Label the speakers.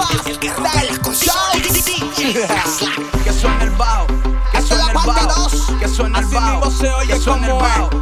Speaker 1: Que suena el bajo, que suena el bajo, que suena el bajo, que suena el bajo.